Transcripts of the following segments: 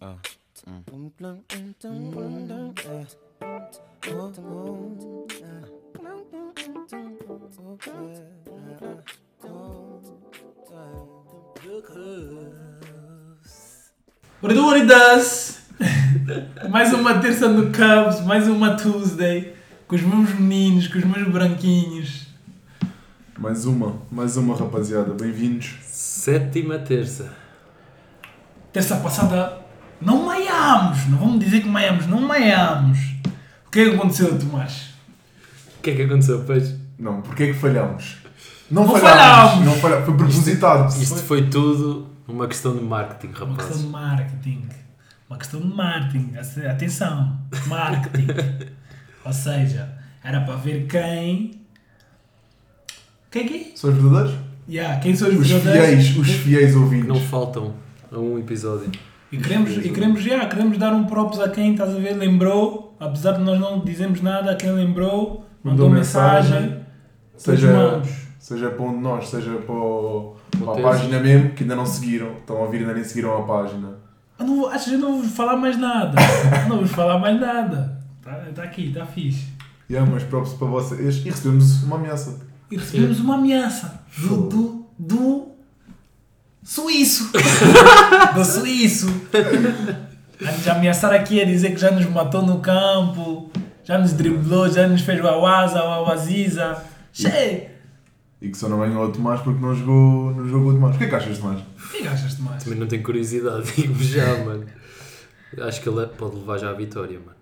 Ah. Gorduridas! mais uma terça no Cubs, mais uma Tuesday, com os meus meninos, com os meus branquinhos. Mais uma, mais uma rapaziada, bem-vindos. Sétima terça. Terça passada não maiamos, não vamos dizer que maiamos, não maiamos. O que é que aconteceu, Tomás? O que é que aconteceu, pois? Não, porquê é que falhamos? Não, Não falhámos! Não falha- Foi propositado. Isto foi tudo uma questão de marketing, Uma questão de rapaz. marketing. Uma questão de marketing. Ace- Atenção, marketing. Ou seja, era para ver quem. Quem é que São os verdadeiros? yeah, Quem são os, Os verdadeiros? fiéis, os fiéis ouvintes. Não faltam a um episódio. E queremos, e queremos, yeah, queremos dar um props a quem, estás a ver, lembrou. Apesar de nós não dizemos nada, a quem lembrou, mandou, Mandou mensagem. mensagem. Seja... seja, seja para um de nós, seja para, o- para a Tejo. página mesmo, que ainda não seguiram. Estão a ouvir e ainda nem seguiram a página. Eu Ah, não, vou- acho que eu não vou falar mais nada. não vou falar mais nada. Tá, tá aqui, tá fixe. Yeah, mas próprio para vocês. E recebemos uma ameaça. E recebemos uma ameaça do, do, do suíço. do suíço. A nos ameaçar aqui a dizer que já nos matou no campo, já nos driblou, já nos fez wawaza, wawaziza. Che! E que só não ganhou o Tomás porque não jogou, não jogou o Tomás. O que é que achas, Tomás? O que é que achas demais? Também não tenho curiosidade, digo já, mano. Acho que ele pode levar já à vitória, mano.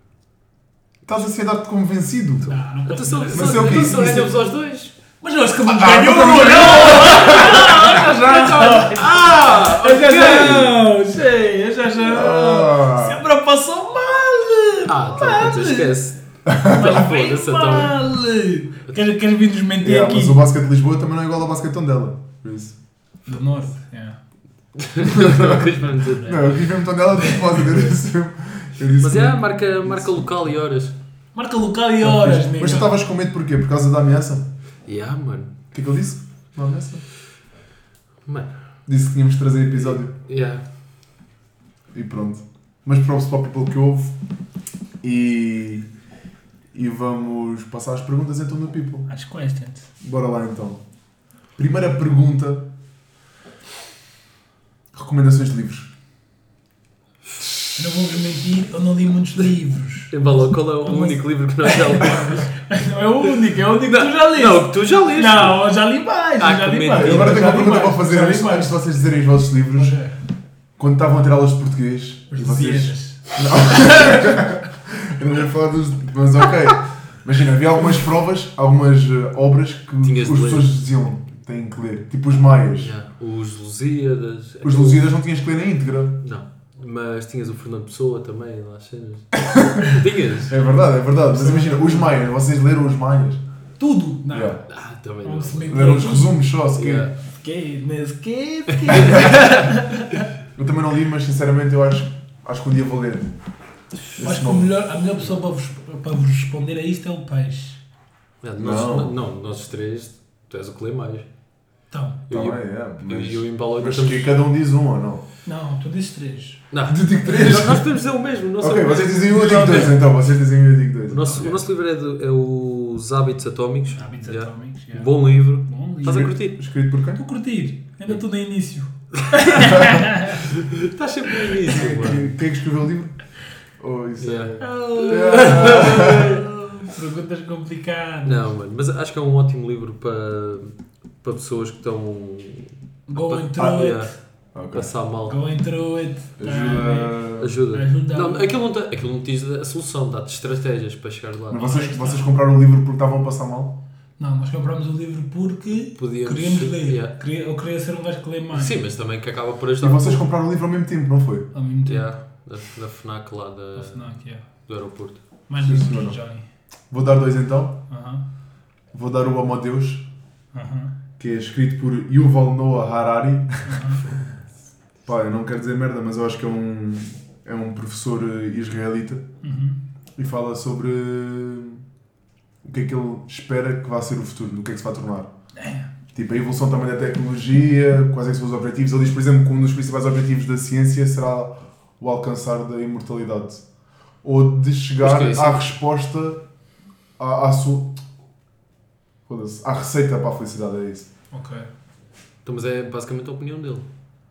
Estás assim a dar-te como vencido? Não, não Então pode só, ser. só, é o quê? então só ganhamos aos dois. Mas eu acho que vamos Ah, ganhar. então também- Ah! Eu já já! Che! Eu já já! Ah. Sempre passou mal! Ah, tá, então esquece. Mas bem Foda-se, então. mal! Queres, queres vir nos mentir Yeah, aqui? É, mas o basquete de Lisboa também não é igual ao basquete de Tondela. Por isso. Do norte, é. é É. Não, eu quis mesmo Tondela de propósito. Eu disse, assim, eu disse Mas é, marca, marca local e horas. Marca local e horas, Mas tu nega. estavas com medo porquê? Por causa da ameaça? Yeah, mano. O que é que ele disse? Uma ameaça? Mano, Disse que tínhamos de trazer episódio. yeah. E pronto. Mas props para o people que houve. E. E vamos passar as perguntas então do people. As questions. Bora lá então. Primeira pergunta. Recomendações de livros. Eu não vou vos mentir, eu não li muitos livros. Embalou, qual é o único livro que nós já lemos? Não é o único, é o único que tu já leste. Não, que tu já leste. Não, eu já li mais, eu Ah, já que li mentira. mais. Agora tenho já uma li pergunta mais, para fazer já li antes, antes mais. de vocês dizerem os vossos livros. Quando estavam a ter aulas de português. Os e vocês. Lusíadas. Eu não ia falar dos. Mas ok. Imagina, havia algumas provas, algumas eh, obras que Tinhas as de ler. pessoas diziam têm que ler. Tipo os maias. Yeah. Os Lusíadas. Os Lusíadas não tinhas que ler na íntegra. Não. Mas tinhas o Fernando Pessoa também, lá as cenas. tinhas? É verdade, é verdade. Mas imagina, os maias, vocês leram os maias. Tudo? Não. Yeah. Ah, também não. Não se mentir. Leram os resumos só, se quer. Yeah. Fiquei, mas que fiquei. Eu também não li, mas sinceramente eu acho, acho que um dia vou ler. Acho que o melhor- a melhor pessoa para vos, para vos responder a isto é o peixe. Não, Não. nós, não, nós três, tu és o que lê mais. Então, Eu, Tá e o- bem, é, eu mas- e o Embalo ainda Mas estamos. que cada um diz um ou não? não, tu dizes três. Não, Eu digo tipo três. nós podemos dizer o mesmo. Não sei Ok, o vocês mesmo. dizem um, eu digo Não, dois então. Vocês dizem um, eu digo dois. O nosso, o nosso livro é, do- é Os Hábitos Atómicos. Hábitos Yeah. atómicos. yeah. Bom livro. Bom Estás a livro. curtir? Escrito por quem? Estou a curtir. Ainda estou no início. Estás sempre no início, mano. Quem quem é que escreveu o livro? Oh, isso é- Yeah. Perguntas complicadas. Não, mano, mas acho que é um ótimo livro para, para pessoas que estão Going Ah, through yeah. it. Ok. a passar mal. Going through it. Ah, Ajuda. Ajuda. Ajuda. Não, aquilo não, te- aquilo não te diz a solução, dá-te estratégias para chegar lá. Mas vocês, vocês compraram o livro porque estavam a passar mal? Não, nós comprámos o livro porque Podíamos- queríamos ler. Yeah. Queria- eu queria ser um gajo que lê mais. Sim, mas também que acaba por E ajudar. vocês compraram o livro ao mesmo tempo, não foi? Ao mesmo tempo. Yeah, da, da FNAC lá da- Ou se não, aqui, yeah. do aeroporto. Mais Sim, livros senhora. do Johnny. Vou dar dois então. Aham. Vou dar o Amo a Deus, Aham. que é escrito por Yuval Noah Harari. Pá, eu não quero dizer merda, mas eu acho que é um, é um professor eh, israelita Uhum. e fala sobre eh, o que é que ele espera que vá ser o futuro, no que é que se vai tornar. Tipo, a evolução também da tecnologia, quais é que são os objetivos. Ele diz, por exemplo, que um dos principais objetivos da ciência será o alcançar da imortalidade. Ou de chegar Mas que é isso? à resposta, à, à sua. Foda-se, à receita para a felicidade, é isso. Ok. Então, mas é basicamente a opinião dele.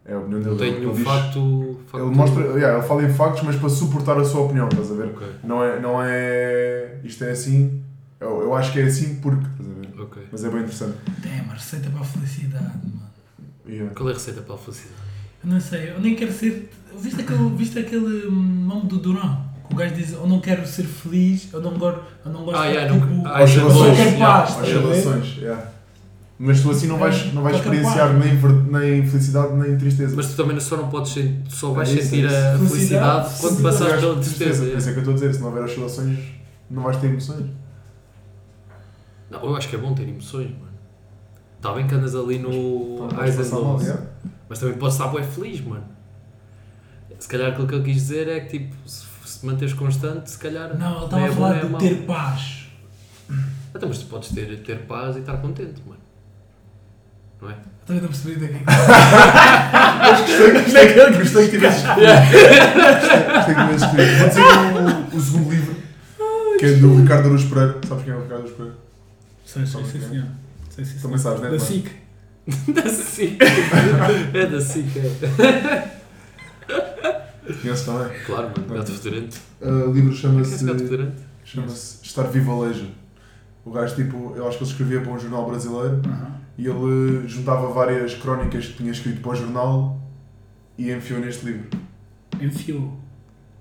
É a opinião dele. Não tem ele nenhum diz- facto, facto. Ele mostra, yeah, ele fala em factos, mas para suportar a sua opinião, estás a ver? Ok, Não é, não é isto é assim, eu, eu acho que é assim porque, estás a ver? ok. Mas é bem interessante. eh, Damn, a receita para a felicidade, mano. Yeah. Qual é a receita para a felicidade? Eu não sei, eu nem quero ser. Viste aquele, viste aquele hum, nome do Duran? Que o gajo diz: Eu não quero ser feliz, eu não, go eu não gosto Ah, de yeah, não- tipo, ah, já Oscilações, dois, capaz, já. Estás né? a ver? Oscilações, yeah. é. Mas tu assim não vais, não vais É, experienciar nem, ver- nem felicidade nem tristeza. Mas tu também só não podes sen- tu só É vais isso, é sentir isso. a Felicidade, felicidade quando se passares Aliás, pela tristeza. Por isso é Ah, que eu estou a dizer, se não houver oscilações, não vais ter emoções. é. Não, eu acho que é bom ter emoções, mano. Está bem que andas ali no Então, vais Eyes and passar mal, Lows, yeah. mas também podes estar bem feliz, mano. Se calhar aquilo que ele quis dizer é que tipo, se, se manteres constante, se calhar. Não, ele estava nem é a bom, falar nem é de mau. ter paz. Até, mas tu podes ter, ter paz e estar contente, mano. Não é? Eu Também não percebi daqui. Gostei que- Gostei que tivesses escolhido. Gostei que tivesses escolhido. Vou dizer o, o segundo livro, que é do Ricardo Aruz Pereira. Sabes quem é o Ricardo Aruz Pereira? Sei, sei, Ok. sei, senhor. Sei, sei, Também sabes, né? Da mano? SIC. da SIC. É da SIC, é. Conheces também. Claro, mano. é Gato Fedorento. Uh, o livro Conhece eh, Gato chama-se Fedorento? chama-se Estar Viva Leja. O gajo, tipo, eu acho que ele escrevia para um jornal brasileiro e ele juntava várias crónicas que tinha escrito para o jornal e enfiou neste livro. Enfiou.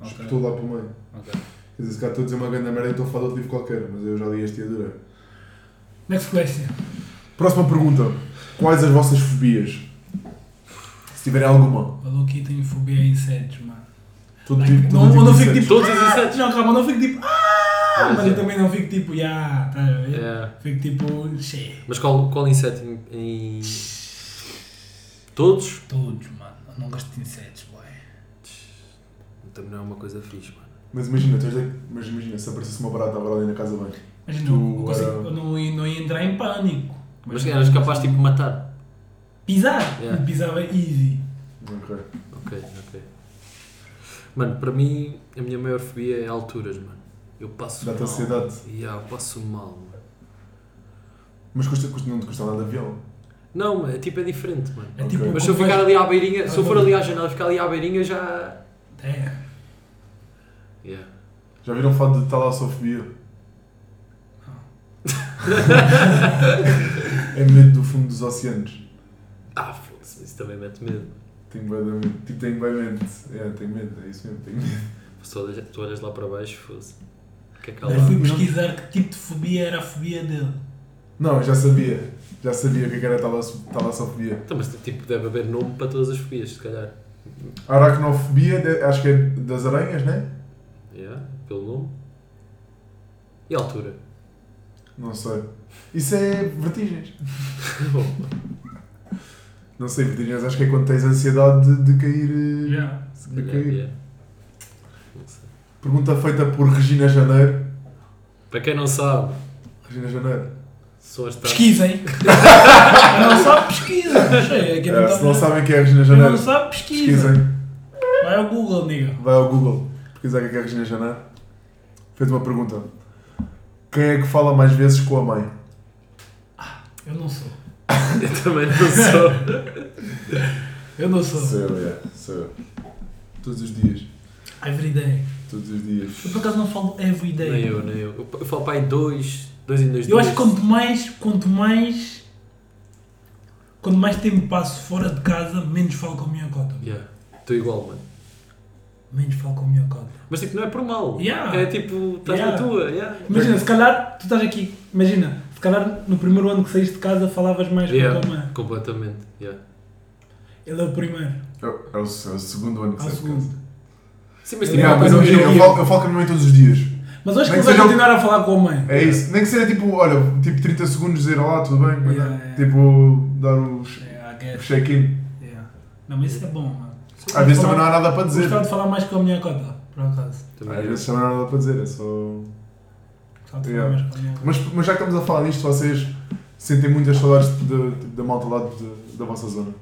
Espetou lá para o meio. Ok. Quer dizer, se cá estou a dizer uma grande merda, eu estou a falar de outro livro qualquer, mas eu já li este e adorei. Next question. Próxima pergunta. Quais as vossas fobias? Se tiverem alguma. Falou que tenho fobia a insetos, mano. Todo Like, tipo, todo não- tipo eu não de fico insetos. tipo. Todos os "Ah!" insetos. Não, calma, eu não fico tipo. Ah! Mas Mas eu é. também não fico tipo. Ya, estás a ver? É. Fico tipo. Che. Mas qual, qual inseto em, em- Todos? Todos, mano. Eu não gosto de insetos, boy. Também não é uma coisa fixe, mano. tipo- Mas imagina, tu és de- mas imagina, se aparecesse uma barata agora ali na casa bem. Mas Tu não, eu, consigo, era- eu não, ia- não ia entrar em pânico. Mas eras capaz tipo, de É. matar. Pisar. Yeah. E Pisava easy. Ok. Ok, ok. Mano, para mim, a minha maior fobia é alturas, mano. Eu passo Dá-te mal. ansiedade. Yeah, eu passo mal, mano. Mas custa, custa, não te custa nada de avião. Não, é tipo, é diferente, mano. É Ok. tipo. Mas se eu como ficar ali à beirinha, se eu for Ah, ali à janela e ficar ali à beirinha, já... vais- É. Yeah. Já viram falar de talassofobia? é medo do fundo dos oceanos. Ah, foda-se, isso também mete medo. Tenho bem de medo. Tipo, tenho bem medo. É, tenho medo, é isso mesmo, tenho medo. Se tu olhas, tu olhas lá para baixo, foda-se. O que é que há lá? Eu fui Não. pesquisar que tipo de fobia era a fobia dele. Não, eu já sabia. Já sabia o que é que era talasso- talassofobia. Então, mas tipo, deve haver nome para todas as fobias, se calhar. Aracnofobia, de- acho que é das aranhas, né? Yeah, pelo nome. E altura. Não sei. Isso é vertigens. Não sei, vertigens acho que é quando tens ansiedade de, de cair. eh, Yeah. De Yeah, cair. yeah. Não sei. Pergunta feita por Regina Janeiro. Para quem não sabe, Regina Janeiro. só está. Pesquisem. não sabe, pesquisa. Não sei, é que É, tá se não vendo. sabem quem é Regina Quem não Janeiro, sabe, pesquisa. pesquisem. Vai ao Google, nigga. Vai ao Google, pesquisar o que é que a Regina Janeiro fez uma pergunta. Quem é que fala mais vezes com a mãe? Eu não sou. Eu também não sou. Eu não sou. Sou eu, é. Sou eu. Todos os dias. Everyday. Todos os dias. Eu por acaso não falo nem everyday. eu, nem eu. Eu falo para aí dois, dois em dois Eu dias. acho que quanto mais, quanto mais. Quanto mais tempo passo fora de casa, menos falo com a minha cota. Yeah. Estou igual, mano. Menos falo com a minha cota. Mas tipo, não é por mal. Yeah. É tipo, estás Yeah. na tua. Yeah. Imagina, se calhar, tu estás aqui. Imagina, se calhar no primeiro ano que saíste de casa falavas mais com a Yeah, tua mãe. Completamente. Yeah. Ele é o primeiro. É o, é o segundo ano que Ao sai de casa. segundo. Sim, mas tipo, Yeah, mas eu- imagina, eu, eu- falo, eu falo com a minha mãe todos os dias. Mas eu acho que ele Nem que vai seja um- continuar a falar com a mãe. É isso. Nem que seja tipo, olha, tipo 30 segundos dizer olá, tudo bem? como é que Yeah, é?" yeah. Tipo, dar o che- Yeah, é, I o guess. check-in. Yeah. Não, mas isso é bom, mano. Às vezes também não há nada para dizer. Gostava de falar mais com a minha cota, por acaso. também Às é. vezes também não há nada para dizer, é só. Gostava de falar Yeah. mais com a minha cota. Mas, mas já que estamos a falar nisto, vocês sentem muitas saudades de- de- da malta lá de- da vossa zona.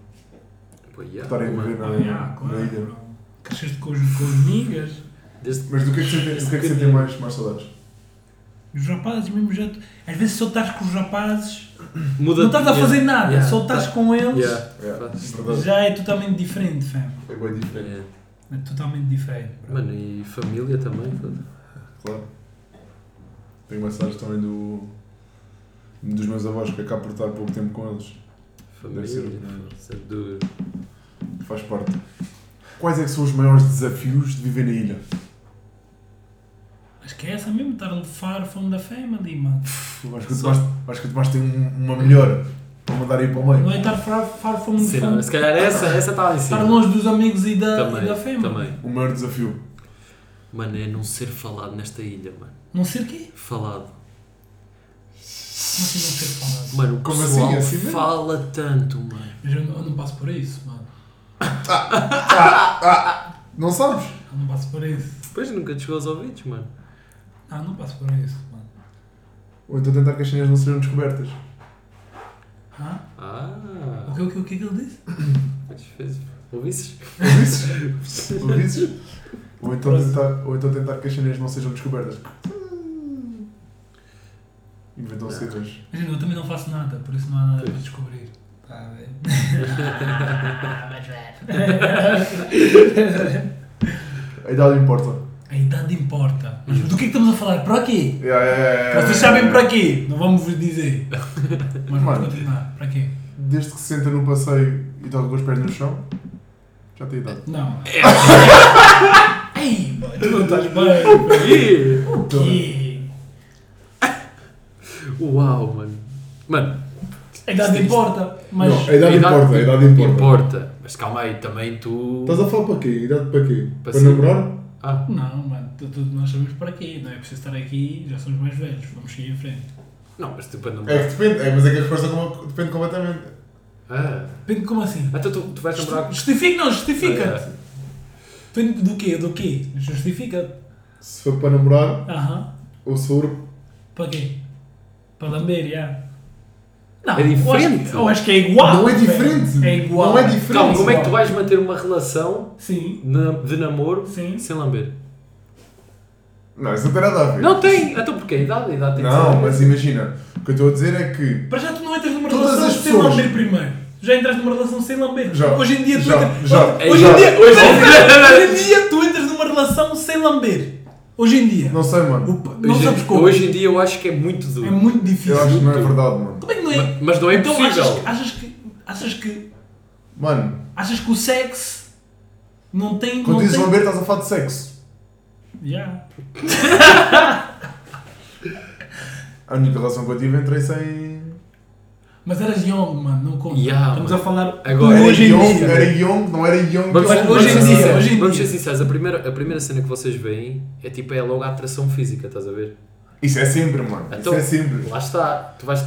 Pô, yeah, Estarem a mano. viver na, Ah, yeah, na claro, ilha. bro. Cresceste com os, com os migas, Desde Mas do que é que sentem, do que é que sentem mais, mais saudades? os rapazes mesmo já. te- Às vezes só estás com os rapazes, muda não estás a fazer Yeah. nada, Yeah. só estás com eles. Yeah. É, verdade. Já é totalmente diferente, fam. É bem diferente, Yeah. É totalmente diferente. bro. Mano, e família também. foda. claro. Tenho mais saudades também do, dos meus avós, que acabo por estar pouco tempo com eles. Deve Família, ser, né? deve ser duro. Faz parte. Quais é que são os maiores desafios de viver na ilha? Acho que é essa mesmo, estar far from the family, mano. Puf, Acho que o Tomás, acho que o Tomás tem um- uma melhor para mandar aí para o meio. Não é estar far, far from the Sim, não, family. se calhar essa essa está lá em cima. Estar longe dos amigos e da, e da Também, family. também. O maior desafio. Mano, é não ser falado nesta ilha, mano. Não ser quê? Falado. Não sei não ser falado. Mano, o Como assim? pessoal É assim mesmo? fala tanto, mano. Mas eu, não- eu não passo por isso, mano. Não sabes? Eu não passo por isso. Depois nunca te chegou aos ouvidos, mano. Ah, não passo por isso, mano. Ou então tentar que as cenas não sejam descobertas. Hã? O Ah, que, o que, o que é que ele disse? pois fez. Ouvisses? Ouvisses? Ouvisses? Ou então, tentar, ou então tentar que as cenas não sejam descobertas. Inventam cenas. Imagina, eu também não faço nada, por isso não há nada para descobrir. Tá a ver? A idade importa. A idade importa. Mas do que é que estamos a falar? Para quê? Yeah, yeah, yeah, yeah, Vocês yeah. sabem para quê? Não vamos vos dizer. Mas Mano. vamos continuar. Para quê? Desde que se senta no passeio e toca com os pés no chão, já tem idade. Não. Ei, mano, tu não estás bem. Ih! Que... Uau, mano. Mano, A idade importa, mas. Não, a idade importa, a idade importa. Importa. Mas calma aí, também tu. Estás a falar para quê? Idade para quê? Para Para, ser- namorar? Ah, Não, mano, tu- tu- nós sabemos para quê, não é preciso estar aqui, já somos mais velhos, vamos seguir em frente. não, mas tu para namorar. É que depende, é, mas é que a resposta como- depende completamente. Ah. Depende como assim? Então tu, tu vais namorar com. Justifica, não, Ah, justifica-te. Depende do quê, do quê? Justifica-te. Se for para namorar Aham. ou se for. Para quê? Para lamber, já. Não, É diferente. Eu acho, que- eu acho que é igual. não é velho. diferente! É igual. Não é diferente! Calma, como é que tu vais manter uma relação Sim, na- de namoro sim. sem lamber? Não, isso não tem nada a ver. Não tem! Então porque a idade, a idade tem que Não, ser- mas imagina, o que eu estou a dizer é que. Para já tu não entras numa Todas relação as sem pessoas. lamber primeiro. Tu Já entras numa relação sem lamber. Já, hoje em dia tu já, entras. já, hoje, hoje já. em dia, Hoje em dia. hoje em dia tu entras numa relação sem lamber. Hoje em dia. Não sei, mano. Opa, não hoje, sabes como. hoje em dia eu acho que é muito duro. é muito difícil. Eu acho que não é verdade, mano. Como é que não Ma- é? Mas não é então impossível. achas, achas que. Achas que. Mano, Achas que o sexo não tem. quando não dizes tem... lamber, estás a falar de sexo. Yeah. A única relação que eu tive, entrei sem. Mas eras young, mano, não conta. Yeah, Estamos mano. a falar Agora- hoje era em young, dia. era young, não era young. Vamos, que eu- vamos hoje em ser dia, sinceros, hoje em vamos dia. ser sinceros, a primeira, a primeira cena que vocês veem é tipo é logo a atração física, estás a ver? Isso é sempre, mano. Então- Isso é sempre. Lá está, tu vais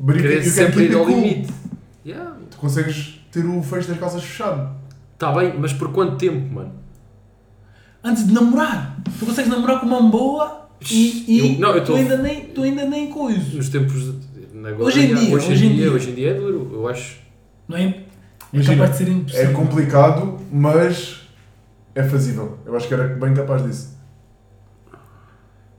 Brinca- querer you can sempre keep ir it ao cool. limite. Yeah. Tu consegues ter o fecho das calças fechado. Tá bem, mas por quanto tempo, mano? Antes de namorar. Tu consegues namorar com uma boa e, e Eu- não, eu tô- tu, ainda nem, tu ainda nem coisas. Nos tempos de- agora, Hoje em yeah, dia, hoje, hoje em em dia, dia. hoje em dia é duro, eu acho. Não é? É Imagina, capaz de ser É impossível. complicado, mas é fazível. Eu acho que era bem capaz disso.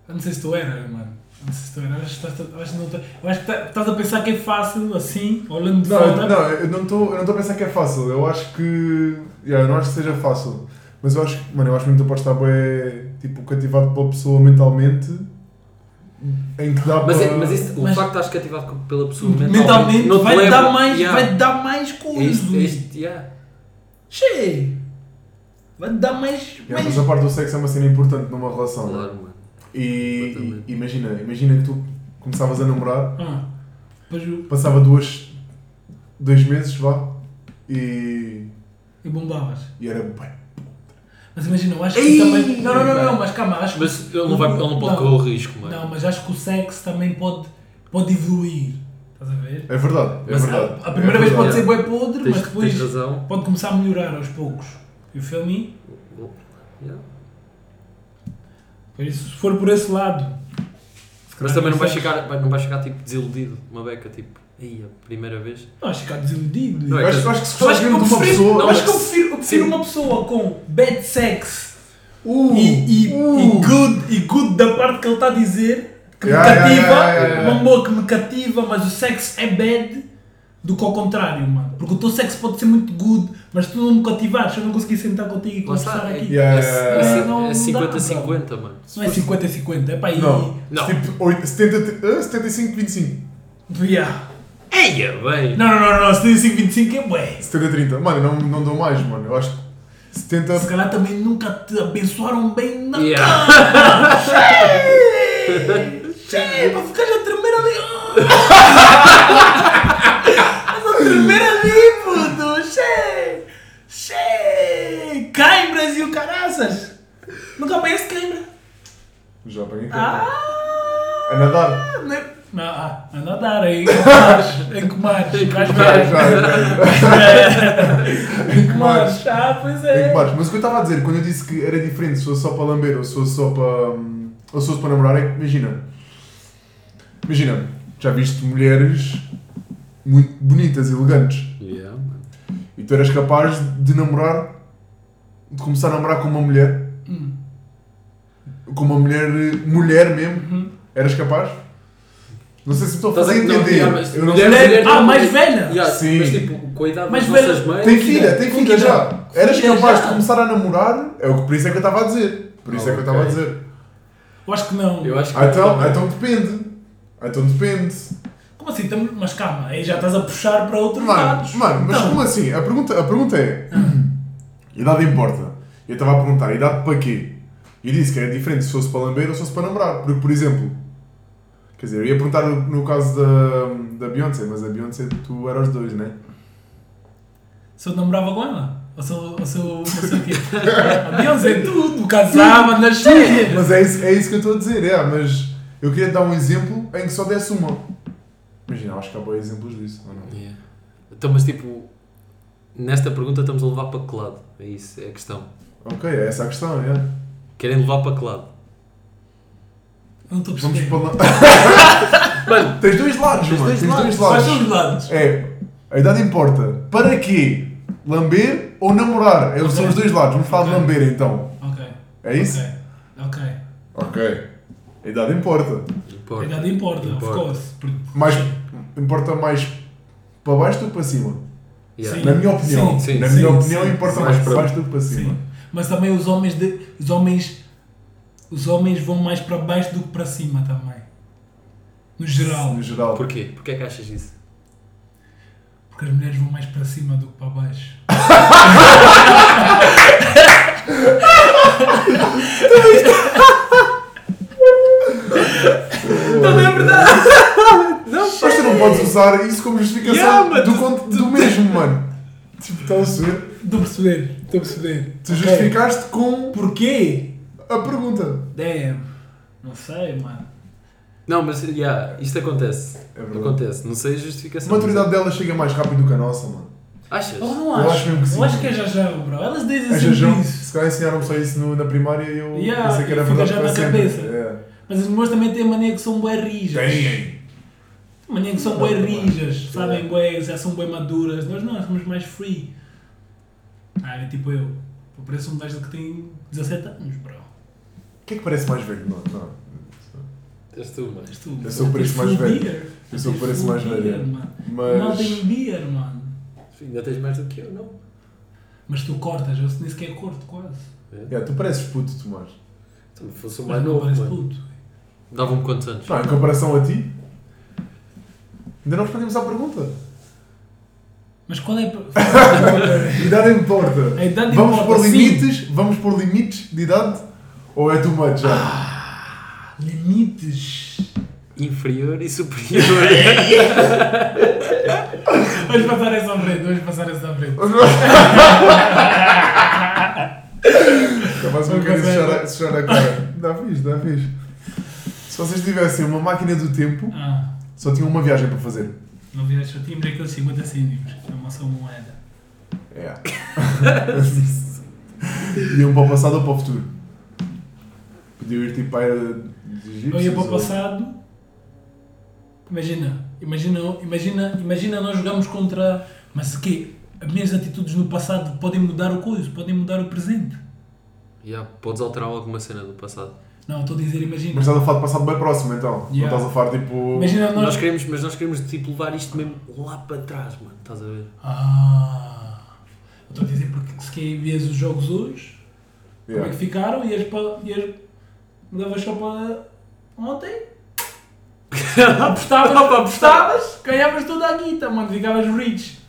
Eu não sei se tu eras, mano. Eu Não sei se tu eras. Acho que estás- acho que não estás- eu acho que tá- estás a pensar que é fácil assim, olhando de Não, eu- fora. não, eu não estou a pensar que é fácil. Eu acho que. yeah, eu não acho que seja fácil. Mas eu acho que. Mano, eu acho que muito podes estar bem. Tipo, cativado pela pessoa mentalmente. Em que dá Mas, é- para. mas isso, o Mas- facto de estás cativado com- pela pessoa mentalmente, Mentalmente não te vai, te leva- dar mais, yeah. vai te dar mais É isto, é coisas. isto, yeah. Che! Vai te dar mais. Yeah, mais- mas a parte do sexo é uma cena importante numa relação. né? Claro, mano. E, Completamente. e imagina, imagina que tu começavas a namorar, Ah, depois eu- passava duas, dois meses, vá, e, e bombavas. e era bem. Mas imagina, eu acho que Ei! também. Não, não, não, não, mas calma, acho que. Mas ele não, vai, ele não pode correr o risco, mano. Não, mas acho que o sexo também pode, pode evoluir. Estás a ver? É verdade, é Mas a- verdade. A primeira é vez pode verdade. ser bem podre, tens, mas depois tens razão. pode começar a melhorar aos poucos. E o filme, Yeah. por isso, se for por esse lado. Mas também não vais chegar, vai- não vais chegar tipo desiludido, uma beca tipo. Aí, a primeira vez. Acho que há desiludido. Não, é Eu acho, eu acho que se Eu acho gostares que mesmo eu de uma prefiro, pessoa. eu acho que eu mas- prefiro, eu prefiro Sim. uma pessoa com bad sex Uh, e, e, uh. e good, e good da parte que ele está a dizer, que Yeah, me yeah, cativa, yeah, yeah, yeah. uma boa que me cativa, mas o sexo é bad, do que ao contrário, mano. Porque o teu sexo pode ser muito good, mas tu não me cativares, se eu não conseguir sentar contigo e Lá está, conversar é, aqui. Yeah, é- yeah, é- yeah. Não é dá, 50-50, mano. Não é 50-50, é para aí. Não, Não. tipo oito- 70, ah, 75, 25. Yeah. Eia, bem! Não, não, não, não, 75-25 é bué. 70, 30. Mano, eu não, não dou mais, mano. Eu acho que 70. Se calhar também nunca te abençoaram bem na Yeah. cama. Cheio, cheio, para ficar a tremer ali. Mas a tremer ali, puto. Cheio, cheio. Cãibras e o caraças. Nunca apanhaste cãibra. Já apanhei ah. Ah, A nadar. né? Ah, ah, a nadar aí. Em comares. Em Já, comares. já, já. Em comares. comares. Ah, pois Tem é. que pares. Mas o que eu estava a dizer, quando eu disse que era diferente se fosse só para lamber ou se fosse só para. hum, ou se fosse para namorar, é que imagina. Imagina, já viste mulheres muito bonitas e elegantes Yeah, mano. e tu eras capaz de namorar, de começar a namorar com uma mulher, Hum. com uma mulher, mulher mesmo, Uhum. eras capaz? Não sei se me estou a Estás a fazer não, entender. yeah, mas eu não mulher- sei. mulher- mulher- Ah, mais velha? Yeah, Sim. Mas tipo, com a idade Mais das velha. nossas mães. né? Tem filha, tem filha Filha já. já. Eras Filha capaz já. de começar a namorar, é o que por isso é que eu estava a dizer. Por isso é Ah, que eu estava a ok. dizer. Eu acho que não. Eu acho que. é Ah, Então, ah, então depende. Ah, Então depende. Como assim? Tamo- Mas calma, aí já estás a puxar para outros Mano, lados. mano mas Então, como assim? A pergunta, a pergunta é: Ah. idade importa? Eu estava a perguntar: idade para quê? Eu disse que era diferente se fosse para lamber ou se fosse para namorar. Porque, por exemplo, quer dizer, eu ia perguntar no, no caso da, da Beyoncé, mas a Beyoncé tu eras dois, né? Se eu namorava com ela? Ou se eu. Ou se eu. Ou se eu quê? A Beyoncé, tudo, casava, nascia. Mas é isso, é isso que eu estou a dizer, é. Mas eu queria dar um exemplo em que só desse uma. Imagina, acho que há bons exemplos disso, ou não? Yeah. Então, mas tipo, nesta pergunta estamos a levar para que lado? É isso, é a questão. Ok, é essa a questão, é. Querem levar para que lado? Eu não estou a Vamos perceber. para. lá- Mano, Tens dois lados, Tens mano. dois um Tens dois Quais lados. são os lados? É, a idade importa. Para quê? Lamber ou namorar? É, São Ok. os dois lados. Vamos falar de Ok. lamber então. Ok. É isso? Ok. Ok. Ok. A idade importa. A importa. idade importa, of Importa. course. Porque- Mais, importa mais para baixo do que para cima. Yeah. Sim. Na minha opinião. Sim, sim, Na sim, minha opinião sim, importa sim. mais Mais para para- baixo do que para cima. Sim. Mas também os homens de. Os homens. Os homens vão mais para baixo do que para cima também. No geral. No geral. Porquê? Porquê é que achas isso? Porque as mulheres vão mais para cima do que para baixo. Não é verdade! Mas tu não podes usar isso como justificação Yeah, mano, do, tu- conto- do mesmo, mano. Tipo, estás a ver? Estou a perceber, estou a perceber. Tu Ok. justificaste com Porquê? a pergunta. Damn. Não sei, mano. Não, mas yeah, isto acontece. É verdade. acontece. Não sei a justificação. A maturidade dela chega mais rápido do que a nossa, mano. Achas? Eu Oh, não Eu acho. acho mesmo que sim. Eu acho que é já já, bro. Elas dizem A sempre Jajão, isso. É se calhar ensinaram-me só isso no- na primária e eu Yeah, pensei que era e fica verdade já para na sempre. cabeça. É. Mas as mulheres também têm mania que são bué rijas. Mania que são bué rijas. Sabem bué, já são bué maduras. Nós não, somos mais free. Ah, é tipo eu. Eu pareço um gajo que tem 17 anos, bro. O que é que parece mais velho? Não, não. És tu, mano. És tu. Eu sou o pareço mais Full velho. beer. Eu sou o Tens pareço full mais velho, beer, é. mano. Não tenho Mas. beer, mano. Ainda tens mais do que eu, não? Mas tu cortas, eu nem sequer corto, quase. Yeah, tu pareces puto, Tomás. Então, fosse o Mas mais não novo, parece mano. puto. Davam-me quantos anos? Não, em comparação a ti. Ainda não respondemos à pergunta. Mas qual é a. Idade importa. A idade vamos importa, pôr sim. limites, vamos pôr limites de idade ou é too much já? Limites. Inferior e superior. É. Vamos passar essa à frente, vamos passar essa à frente. Capaz um Vamos bocadinho passar. sujar a- sujar a cara. Dá fixe, dá fixe. Se vocês tivessem uma máquina do tempo, Ah, só tinham uma viagem para fazer. não vi só tínhamos aqueles 50 cêntimos, é uma só moeda. É. Iam para o passado ou para o futuro? Podiam ir tipo para a era dos Eu egípcios ia para o ou- passado Imagina, imagina, imagina, imagina nós jogamos contra. Mas que as minhas atitudes no passado podem mudar o coisa, podem mudar o presente. Yeah, podes alterar alguma cena do passado. Não, estou a dizer imagina. Mas estás a falar de passado bem próximo então. Não Yeah. estás a falar tipo. Imagina nós. Nós queremos, mas nós queremos tipo, levar isto mesmo lá para trás, mano. Estás a ver? Ah, eu estou a dizer porque se que vias os jogos hoje, como é Yeah. que ficaram, ias para. Ias, mudavas só para ontem, Apostava para gostavas, ganhavas toda a guita, mano, ficavas rich.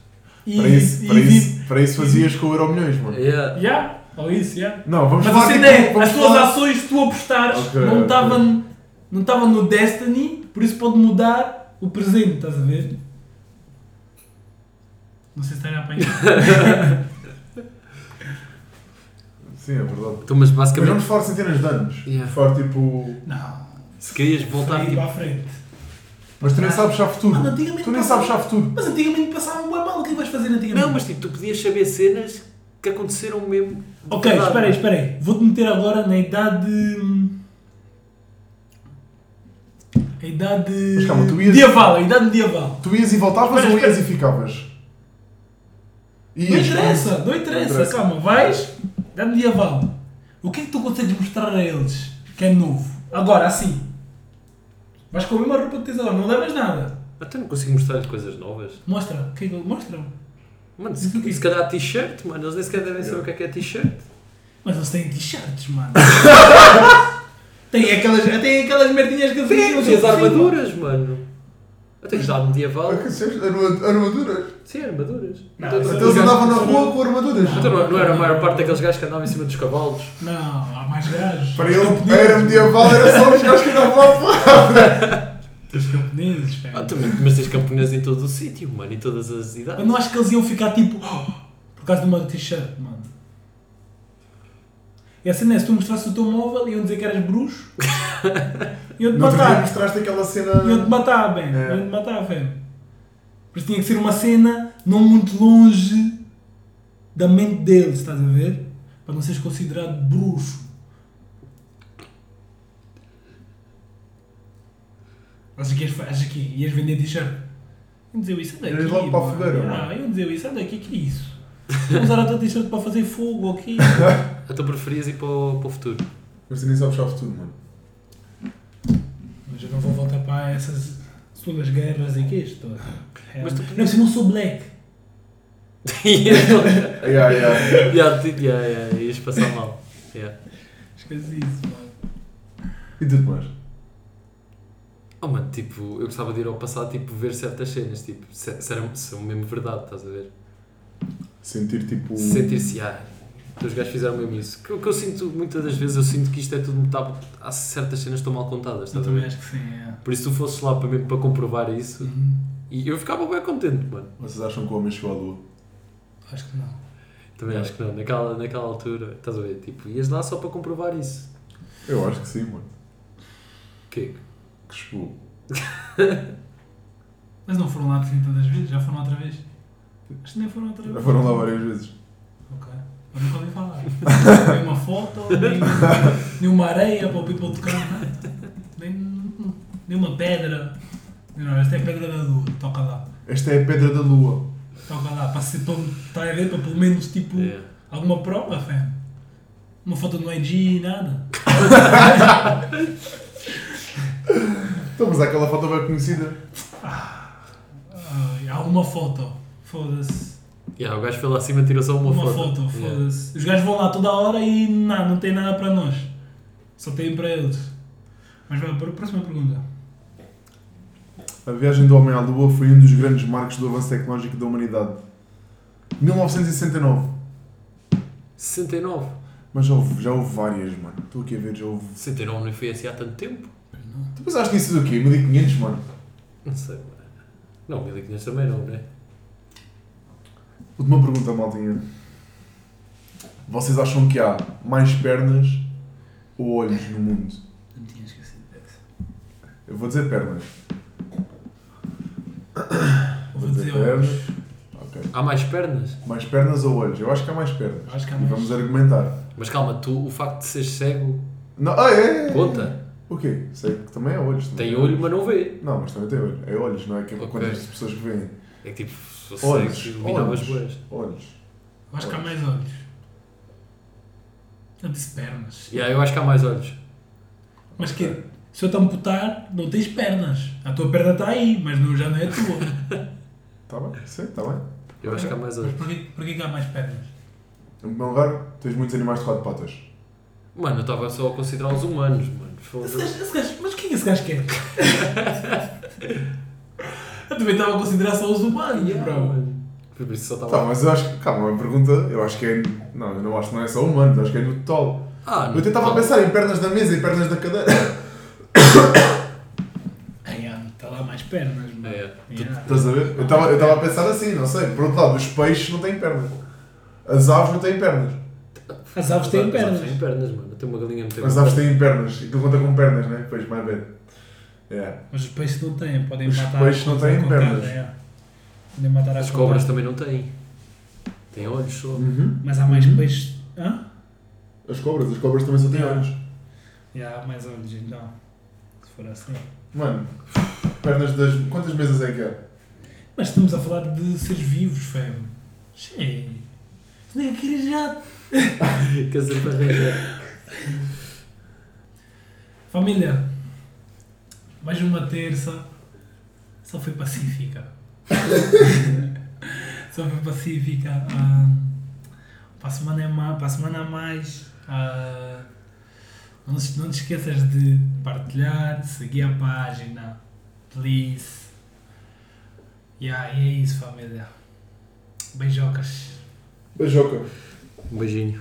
E, Para isso, e- para, e- isso, para isso fazias com o Euro Milhões, mano. Yeah. Yeah, ou isso, yeah. Não, vamos Mas falar a tipo, cena é, vamos as tuas falar- ações, tu apostares, Ok, não ok. estava não estava no Destiny, por isso pode mudar o presente, estás a ver? Não sei se está a apanhar. Sim, é verdade. Então, Mas mas basicamente, vamos falar de centenas de anos. Yeah. Falar tipo. Não, se querias voltar aí tipo, para a frente. Mas tu nem sabes já futuro. Mano, Ah. antigamente Tu nem passava- sabes já futuro. Mas antigamente passavam bem mal, o que é que vais fazer antigamente? Não, mas tipo, tu podias saber cenas que aconteceram mesmo. de Ok, verdade. né? espera aí, espera aí. Vou-te meter agora na idade. A idade. Mas calma, tu ias- Medieval, a idade medieval. Tu ias e voltavas Espera, ou ias espera. e ficavas? Não Ias, interessa, não interessa, interessa. calma, vais, dá medieval. O que é que tu consegues mostrar a eles que é novo? Agora, assim, vais com a mesma roupa que tens agora, não levas nada. Até não consigo mostrar-lhe coisas novas. Mostra, o que é que mostra? Mano, Mas o quê? se, se calhar t-shirt, mano, eles nem sequer devem saber o que é que é t-shirt. Mas eles têm t-shirts, mano. tem, aquelas, tem aquelas merdinhas que eles enfiam Sim, as por cima. armaduras, mano. Até que já medieval. Arma- Armaduras. Sim, armaduras. Não, Então, isso tu- é Então eles tu- gajos andavam na que rua são- com armaduras. Então, não, não era a maior parte daqueles gajos que andavam em cima dos cavalos? Não, há mais gajos. Para Os ele, camponeses, era medieval, era só os gajos que andavam lá fora. Os camponeses, velho. Ah, também, mas tens camponeses em todo o sítio, mano, em todas as Eu idades. não acho que eles iam ficar tipo. "Oh", por causa de uma t-shirt, mano. E assim, né? Se tu mostrasse o teu móvel, iam dizer que eras bruxo. Iam-te Não, tu já matar. mostraste aquela cena. Iam-te matar, bem. É. Iam-te matar, velho. Por isso tinha que ser uma cena não muito longe da mente deles, estás a ver? Para não seres considerado bruxo. Achas que ias, achas que ias vender t-shirt? Iam dizer isso, anda aqui. Ias logo para a mano. fogueira, Ah, mano. iam dizer isso, anda aqui, que é isso? Vou usar a tua t-shirt para fazer fogo aqui. Ah, tu preferias ir para o, para o futuro? Mas tu nem sabes já futuro, mano. Mas eu não vou voltar para essas suas guerras e que isto. É, Mas tu podias- Não, se não sou black. yeah, Yeah, yeah. yeah, yeah, ias passar mal. Yeah. Esqueci é isso, mano. E tudo mais. Oh, mano, tipo, eu gostava de ir ao passado, tipo, ver certas cenas, tipo, se, se eram, são mesmo verdade, estás a ver? Sentir Hum. tipo. Sentir-se, ah, os gajos fizeram mesmo isso. Que, o que eu sinto, muitas das vezes, eu sinto que isto é tudo, tá, há certas cenas que estão mal contadas, Eu estás a também ver? acho que sim, é. Por isso, tu fosses lá para, mesmo, para comprovar isso, e eu ficava bem contente, mano. Vocês acham que o homem chegou à lua? Acho que não. Também acho que não, naquela, naquela altura, estás a ver? Tipo, ias lá só para comprovar isso. Eu acho que sim, mano. O quê? Que chegou. Mas não foram lá assim tantas vezes? Já foram outra vez? Acho que nem foram outra vez. Já foram lá várias vezes. Ok. Eu nunca ouvi falar. nem uma foto, nem, nem uma areia para o people tocar, nada. nem, nem uma pedra. Não, esta é a pedra da lua, toca lá. Esta é a pedra da lua. Toca lá, para ser todo. Está a ver? Para pelo menos tipo Yeah. alguma prova, fé. Uma foto no IG, nada. Então, mas há aquela foto bem conhecida. Ah, há uma foto. Foda-se. Yeah, o gajo foi lá acima tirou só uma, Uma foto. foto, Yeah. foda-se. Os gajos vão lá toda a hora e não, não tem nada para nós. Só tem para eles. Mas vai para a próxima pergunta. A viagem do homem à lua foi um dos grandes marcos do avanço tecnológico da humanidade. 1969. 69. Mas já houve, já houve várias, mano. Estou aqui a ver, já houve. 69 não foi assim há tanto tempo. Tu pensaste nisso do quê? 1500, mano. Não sei, mano. Não, 1500 também não, né? Última pergunta, maltinha. Vocês acham que há mais pernas ou olhos no mundo? Não tinha esquecido dessa. Eu vou dizer pernas. Vou dizer olhos. Ok. Há mais pernas. Mais pernas ou olhos? Eu acho que há mais pernas. Acho que há E mais. vamos argumentar. Mas calma, tu, o facto de seres cego, Não, ah, é, é, é. conta. O O quê? Sei que também é olhos. Também. Tem é olho, mas não vê. Não, mas também tem olho. É olhos, não é? Que é Ok. quantas pessoas que veem. É que tipo, se fosse Olhos. sexo, iluminava as boas. Olhos. Olhos. Eu acho que há mais olhos. Eu disse pernas. Yeah, eu acho que há mais olhos. Mas que se eu te amputar, não tens pernas. A tua perna está aí, mas não, já não é a tua. Está Tá bem? Sim, está bem. Eu acho que há mais Mas olhos. porquê, porquê que há mais pernas? Em primeiro É um lugar, tens muitos animais de quatro patas. Mano, eu estava só a considerar os humanos, mano. Esse Foda-se. gajo, esse gajo, mas quem é que esse gajo quer? eu também estava a considerar só os humanos, Yeah, bro. mano. Por isso só Tá, estava. mas eu acho que, calma, a pergunta, eu acho que é. Não, eu não acho que não é só humanos, acho que é no total. Ah, Eu tentava não. pensar em pernas da mesa e pernas da cadeira. Ai, ah, está lá mais pernas, mano. É, é. Yeah. Estás a ver? Eu estava eu tava a pensar assim, não sei. Por outro lado, os peixes não têm pernas. As aves não têm pernas. As aves têm pernas. As aves têm pernas, mano. Tem uma galinha muito As aves têm pernas. E tu conta com pernas, né? Pois, mais bad. É. Mas os peixes não têm, podem Os matar. peixes não têm a contada, pernas. é. Podem matar a As contada. cobras também não têm. Têm olhos só. Mas há Uhum. mais peixes. Hã? As cobras, as cobras também só têm Yeah. olhos. Já há mais olhos então. Se for assim. Mano, pernas das. Quantas mesas é que há? Mas estamos a falar de seres vivos, fam. Sim. Nem queres já. Quer dizer, né? para arranjar. Família, mais uma terça. Só foi pacífica. Só foi pacífica. Ah, para, a semana é ma- para a semana a mais. ah, não, se- não te esqueças de partilhar, seguir a página. Please. Yeah, e é isso, família. Beijocas. Beijoca. Um beijinho.